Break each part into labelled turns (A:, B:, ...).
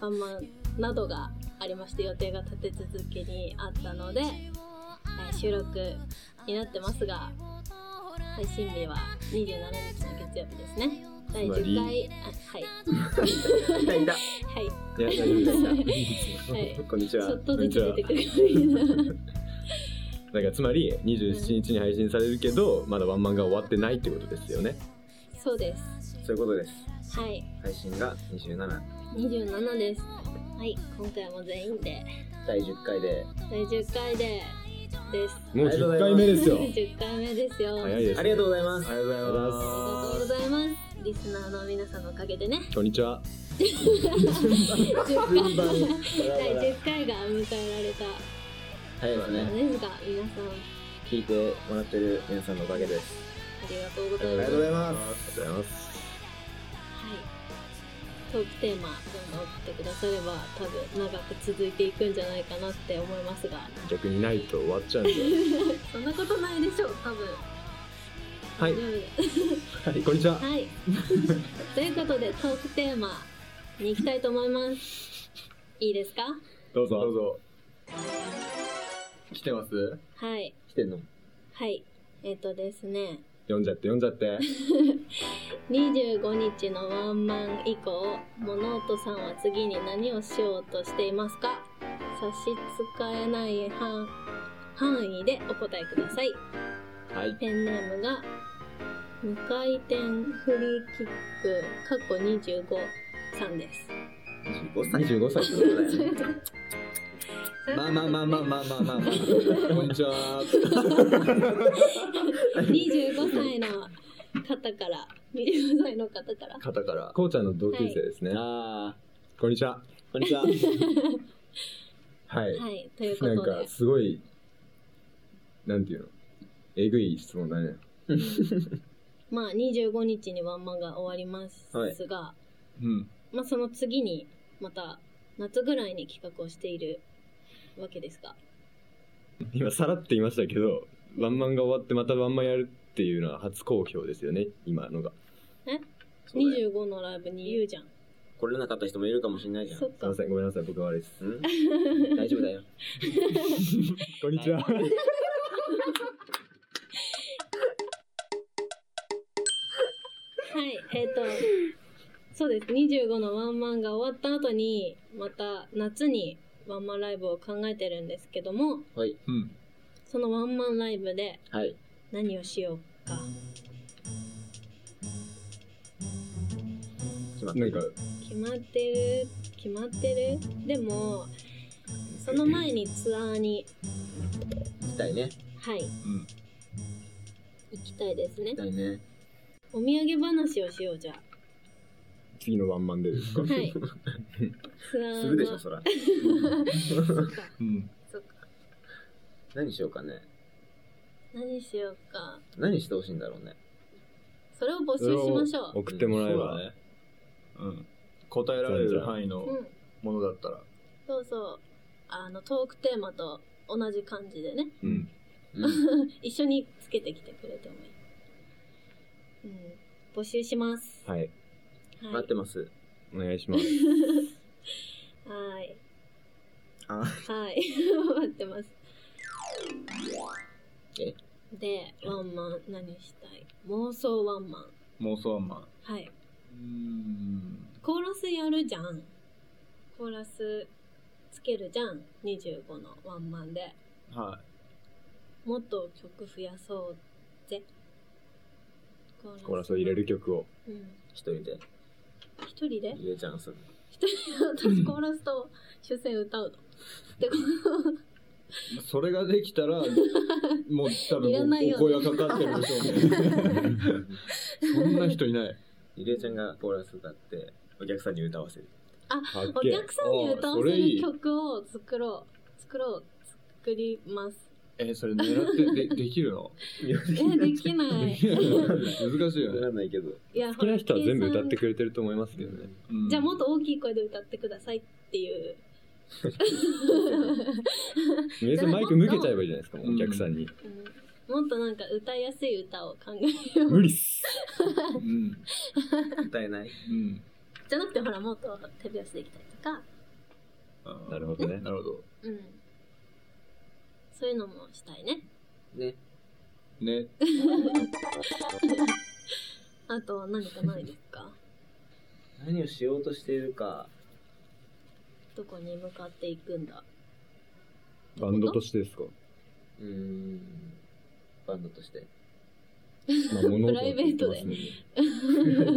A: 様などがありまして予定が立て続けにあったので、えー収録になってますが配信日は27日の月曜日ですね第10回あはい
B: いたいた。
A: はい
B: いや、大丈夫です。
A: はい
B: こんにち
A: ち
B: は。
A: ょっとずつ
B: こん
A: 出
B: に
A: て
B: ち
A: くる
B: はだからつまり27日に配信されるけど、まだワンマンが終わってないってことですよね。
A: そうです
B: そういうことです。
A: はい
B: 配信が27
A: 27ですはい今回も全員で
B: 第10回で。
A: 第10回でです
C: もう
B: ありがとうござい
C: 10回
B: ます
C: 目ですよ。
A: 10回目ですよ
B: 早いです、
C: ありがとう
B: ございま
C: ありが
A: あ
C: とうござい
A: りがとうございます。リスナーの皆さんのおかげでね、
B: こんにちは。
C: 順番
A: 第10回が迎えられた
B: 早いです
A: の。ですが、皆さんあ
B: 聞いてもらってる皆さんのおかげです。。
A: りがとうございます。
C: ありがとうございます
B: ありがとうございます。
A: はい。トークテーマ、どんどん送ってくだされば、多分長く続いていくんじゃないかなって思いますが、
B: 逆にないと終わっちゃうんで。
A: そんなことないでしょう、多分。
B: はい
A: 大丈夫です
B: はい、こんにちは。
A: はい。 ということで、トークテーマに行きたいと思います。いいですか
B: どうぞ。
C: どうぞ。来てます
A: はい。
B: 来てんの
A: はい。えっ、とですね、
B: 読んじゃって、読んじゃって。
A: 25日のワンマン以降物音さんは次に何をしようとしていますか差し支えない範範囲でお答えください
B: はい。
A: ペンネームが無回転フリーキック過去25さんです
C: 25歳。
B: 25歳ってことだよ ね。まあまあまあまあまあまあまあ、まあ、こんにちは。
A: 25歳の方から25歳の方から
C: 肩から。
B: こうちゃんの同級生ですね。
C: あ
B: こんにちは。
C: ー、こん にちは。
B: はい。
A: はいというこ
B: なん
A: とで
B: かすごい、なんていうの、えぐい質問だね。
A: まあ25日にワンマンが終わりますが、
B: うん。
A: まあ、その次にまた夏ぐらいに企画をしているわけですが
B: 今さらって言いましたけど、ワンマンが終わってまたワンマンやるっていうのは初公表ですよね。今のが。
C: そうだよ
A: 25のライブに言うじゃん
C: 来れなかった人もいるかもしれないじゃん。
A: そっ
B: すみ
A: か
B: ません、ごめんなさい、僕が悪いです。
C: うん大丈夫 だよ。
B: こんにちは。
A: はいえっ、とそうです25のワンマンが終わった後にまた夏にワンマンライブを考えてるんですけども
C: はい。
B: うん。
A: そのワンマンライブで
C: はい。
A: 何をしようか
C: 決まった
B: なんか、
A: 決まってる決まってるでもその前にツアーに
C: 行きたいね。
A: はい
B: うん。
A: 行きたいですね
C: 行きたいね。
A: お土産話をしようじゃあ
B: 次のワンマンでですか。
A: はい。ツアーの
C: するでしょ、そら。
A: そっか
B: うん。
A: そっか
C: 何しようかね。
A: 何しようか。
C: 何してほしいんだろうね。
A: それを募集しましょう。
B: 送ってもらえば。
D: そうだね。うん。答えられる範囲の
A: うん。
D: ものだったら。
A: そうそう。あのトークテーマと同じ感じでね、
B: うん。
C: うん。
A: 一緒につけてきてくれてもいい。うん。募集します。
B: はい。
A: はい。
C: 待ってます。
B: お願いします。
A: はい。
C: あ
A: はい。 待ってます。
C: え
A: で、ワンマン何したい妄想ワンマン。
D: 妄想ワンマン。
A: はい。
D: うーん。
A: コーラスやるじゃんコーラスつけるじゃん25のワンマンで
D: は
A: もっと曲増やそうぜコー
B: コーラスを入れる曲を。
A: うん
C: 一人で。
A: 一人で
C: ゆえちゃんする。
A: 私コーラスと主戦歌うのってこと
D: い。それができた ら、もう多
A: いら
D: 分も
A: ないよ
D: うお声がかかってるでしょうね。そんな人いない。
C: ゆりえちゃんがコーラス歌って、お客さんに歌わせる。
B: かっ
A: お
B: けえ
A: 客。さんに歌わせ
D: あそれい
A: る
D: い
A: 曲を作ろう作ろう作ります
D: えーそれ狙ってでできるの
A: えできな
D: で
A: い
D: きない難しい
C: わ
D: よ
C: か
D: ね。
C: んないけど。
A: いや
B: 好きな人は全部歌って
A: く
B: くれてると思いますけどね。
D: うん
A: じゃあもっと大きい声で歌ってくださいっていう
B: 皆さんマイク向けちゃえばいいじゃないですか、もう
D: うん
B: お客さんに。
A: うんもっとなんか歌いやすい歌を考えよう。
B: 無理っす。
D: うん。
C: 歌えない
D: うん。
A: じじゃなくてほらもっと手拍子できたりとか、
C: あー
B: なるほどね
D: な。るほど。
A: うん、そういうのもしたいね
C: ね。
D: ね。
A: あとは何かないですか
C: 何をしようとしているか。
A: どこに向かっていくんだ
B: バンドとしてですか。
C: うーん。バンドとして。
B: まあ、物
A: プライベートで
B: 事は言っ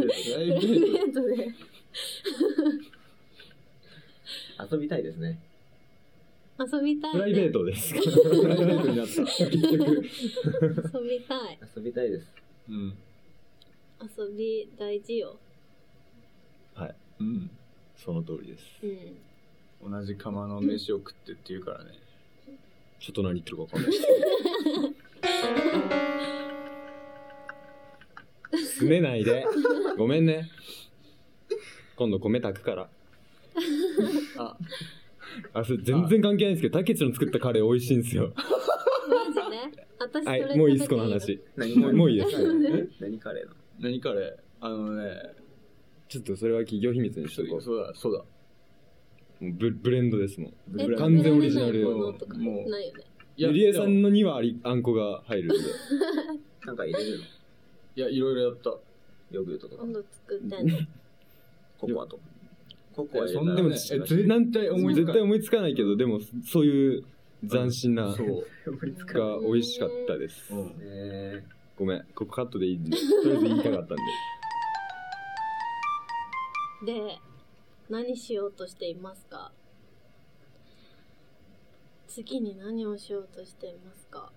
A: プ
B: て
D: プライベ
A: ライベ
D: ート
A: ートで
C: 遊びたいですね。
A: 遊びたい、
B: ます
A: ね、
B: ね プライベートですか。プライベートになった。 結局。
A: 遊びたい
C: 遊びたいです。。
D: うん。
A: 遊び大事よ
B: はい。
D: うん。
B: その通りです。
A: うん
D: 同じ釜の飯を食ってって言うからね。
B: ちょっと何言ってるかわかんないです。すねないで。ごめんね。今度米炊くから。
D: あ、
B: あ、それ全然関係ないんですけど、たけちの作ったカレー美味しいんですよ。
A: マジで私そ
B: は
A: れ食べて
B: い、もういいです、この話。もうもういいです
C: 何カレーの
D: 何カレーあのね、
B: ちょっとそれは企業秘密にしとこ
D: そうだ、そうだ。
B: う。もうブブレンドですもん。
A: え
B: ブラ完全オリジナル
A: 食べられないものとか
D: もう
A: ないよね
D: いや
B: ゆりえさんのにはありあんこが入るんで。
C: なんか入れるの
D: いや、いろいろやった。
C: ヨーグルトとか
A: 今。度作ってんの
C: ココアとか。ココア入れた
D: そんな
C: ら
B: でも、
D: ね
B: ち 絶対
D: 思いつかない
B: 絶対思いつかないけど、でも、そういう斬新な
D: そ。う。
C: 思いつか
B: が美味しかったです。
D: うん。
C: ね
B: ごめん、ここカットでいいんで、とりあえず言いたかったんで。
A: で何しようとしていますか次に何をしようとしていますか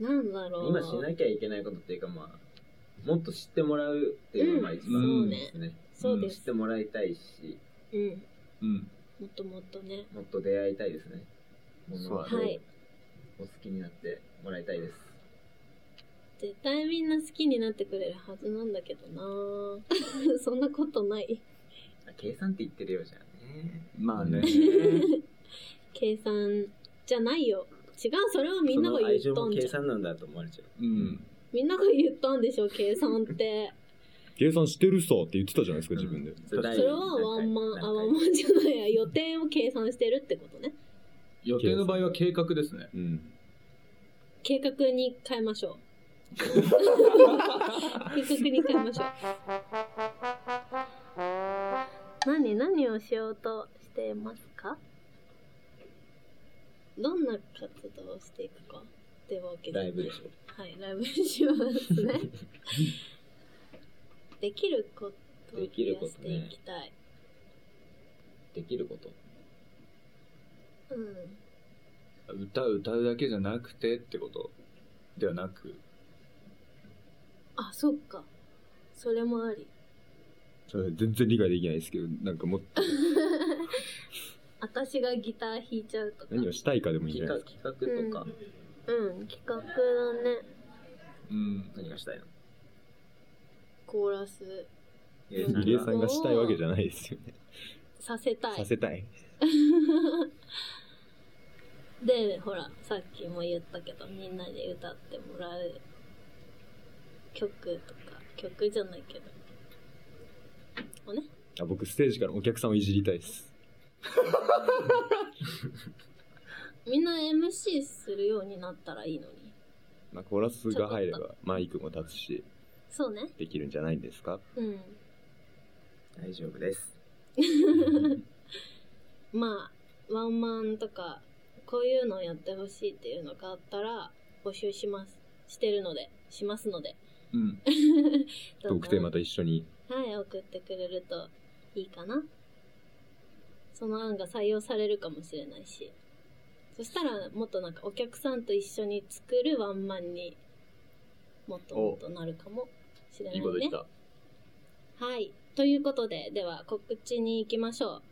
A: なんだろう
C: 今しなきゃいけないことっていうかまあもっと知ってもらうっていうのが一
D: うん
C: 番ですね,、
A: そうで
C: 知っ
A: す
C: てもらいたいし
A: うん
D: うん。
A: もっともっとね
C: もっと出会いたいですねもの
D: そうだ
A: は
D: ね
A: い
C: お好きになってもらいたいです
A: 絶対みんな好きになってくれるはずなんだけどな そんなことない
C: あ計算って言ってるようじゃんね
D: まあね。
A: 計算じゃないよ違うそれは みんなが
C: そ
A: 言
C: の愛
A: っ
C: 情
A: と
C: も
A: ん
C: 計
A: じゃん
C: 算なんだと思われちゃう
D: うん。
A: みんなが言っとんでしょ計算って
B: 計算してるさって言ってたじゃないですか、自分で。
C: それ
A: そ
C: 第
A: れはワンマンあワンマンじゃないや予定を計算してるってことね
D: 予定の場合は計画ですね。
B: うん。
A: 計画に変えま しょう計画に変えましょう何何をしようとしていますかどんな活動をしていくかってわけで
C: ライブでしょ
A: はいライブします ねできることを増
C: できるこ
A: やし
C: と
A: て
C: ね
A: いきたい、
C: できること
A: うん
D: 歌う、歌うだけじゃなくてってことではなく、
A: あそっかそれもあり
B: それ全然理解できないですけど、なんかもっと、
A: 私がギター弾いちゃうとか
B: 何をしたいかでもいいんじゃ
C: 企
B: ない
C: 画
B: ですか。
C: 企画とか、
A: うん企画だね
D: うん。
C: 何がしたいの
A: コーラス
C: ゆ
A: うん
B: ゆりえさ
C: が
B: んがしたいわけじゃないですよね。
A: させた
B: さ
A: い
B: せたい。
A: でほらさっきも言ったけどみんなで歌ってもらう曲とか曲じゃないけどをね
B: あ僕、ステージからお客さんをいじりたいです。
A: みんな MC するようになったらいいのに
B: まあ、コーラスが入れば、マイクも立つし、
A: そうね
B: できるんじゃないんですか
A: うん
C: 大丈夫です
A: まあワンマンとかこういうのをやってほしいっていうのがあったら募集しますしてるのでしますので
D: うん。
A: ど
B: ト
A: ん
B: ー
A: どん
B: クテーマと一緒に。
A: はい、送ってくれるといいかな。その案が採用されるかもしれないし。そしたら、もっとなんかお客さんと一緒に作るワンマンにもっともっとなるかもしれない
D: い
A: ね。
D: いこと言った。
A: はい。ということで、では告知に行きましょう。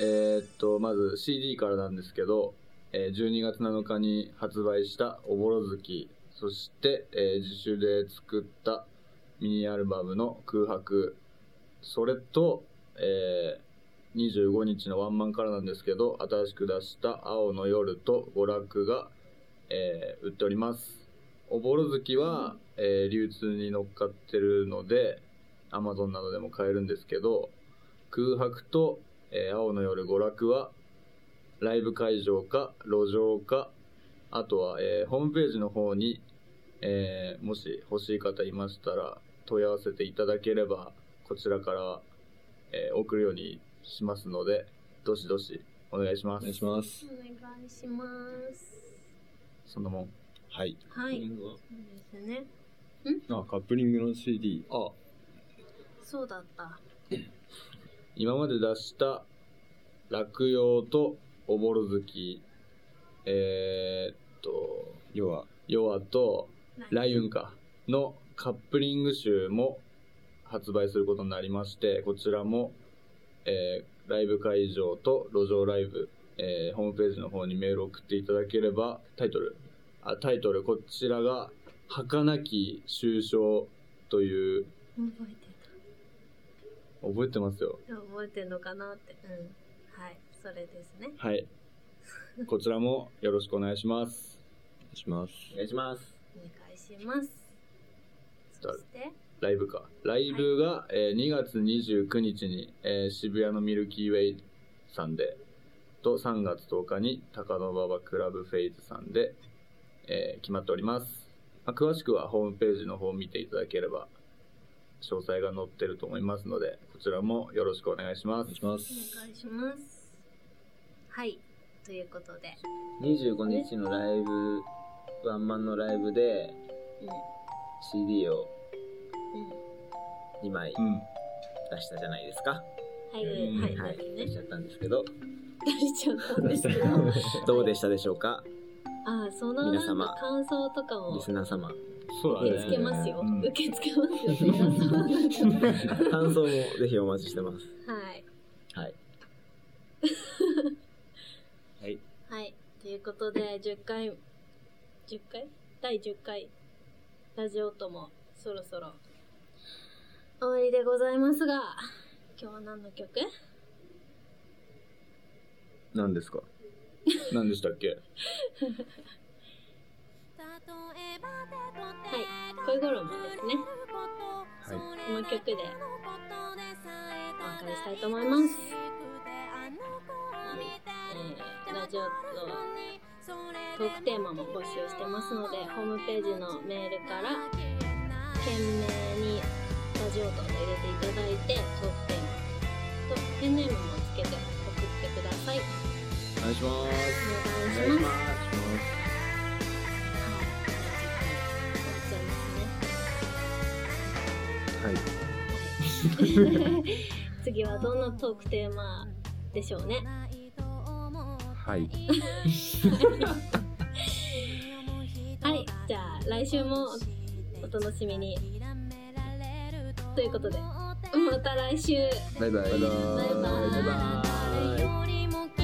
D: えーっと、まず CD からなんですけど、えー12月7日に発売したおぼろ月、そして、えー自主で作ったミニアルバムの空白、それと、えー25日のワンマンからなんですけど、新しく出した青の夜と娯楽が、えー売っております。おぼろ月は、えー流通に乗っかってるので、 Amazon などでも買えるんですけど空白と、えー青の夜娯楽はライブ会場か路上かあとは、えーホームページの方に、えーもし欲しい方いましたら問い合わせていただければこちらから、えー送るようにしますのでどしどしお願いしま
B: お
D: す
B: 願いします。
A: お願いします。
D: そんなもん
B: はい。
A: は
C: タイミ
A: い。
C: ングは
A: そうですね。
B: あ、カップリングの CD。
D: あ
A: そうだった。
D: 今まで出した落葉とおぼろ月えー、っと
B: 要は、
D: 夜と
A: イ
D: 雷雲かのカップリング集も発売することになりましてこちらも、えーライブ会場と路上ライブ、えーホームページの方にメールを送っていただければタイトルあタイトルこちらが「儚き終章」という
A: 覚えて
D: 覚えてますよ
A: た。覚えてんのかなって。うん。はい。それですね。
D: はいこちらもよろしくお願いします
B: お願いします。
C: お願いします。
A: お願いします。そして、
D: ライブか。ライブが、えー2月29日に、えー渋谷のミルキーウェイさんで、と3月10日に高野馬場クラブフェイズさんで、えー決まっております。まあ詳しくはホームページの方を見ていただければ、詳細が載ってると思いますので、こちらもよろしくお願いし
B: お
D: ます
B: 願い。しま
A: お願
B: す。
A: いします。はい。ということで。
C: 25日のライブ、ワンマンのライブで
A: うん。
C: CD を
A: うん。
C: 2枚
D: うん。
C: 出したじゃないですか。
A: はい。
B: うん
A: はい。
C: はい、
A: ね
C: 出しちゃったんですけど、
A: 出しちゃったんですけど。
C: どうでしたでしょうか、
A: あー、その
C: 皆
A: なん
C: 様
A: か感想とかも
C: リスナー様。
D: そうだね。
A: 受け付けますよ。
D: うん
A: 受け付けますよ。皆様なんか
C: 感想もぜひお待ちしてます。
A: はい。
C: はい。
B: はい。
A: はい。ということで、10回、10回第10回、ラジオともそろそろ終わりでございますが、今日は何の曲
B: 何ですか
D: 何でしたっけ
A: はい。恋衣ですね。
B: はい。
A: この曲でお別れしたいと思います。えーラジオのトークテーマも募集してますので、ホームページのメールから、懸命にラジオとを入れていただいて、トークテーマとペンネームもつけて送ってください。
D: お願いします。
A: お願いします。はい
B: はい。
A: じゃあ次回終わっちゃいますね。次はどんなトークテーマでしょうね。
B: はい。
A: はい、じゃあ来週もお楽しみに。ということで、また来週。
D: バイバイ。バイ
A: バイバイ
D: バイ。
E: よりも君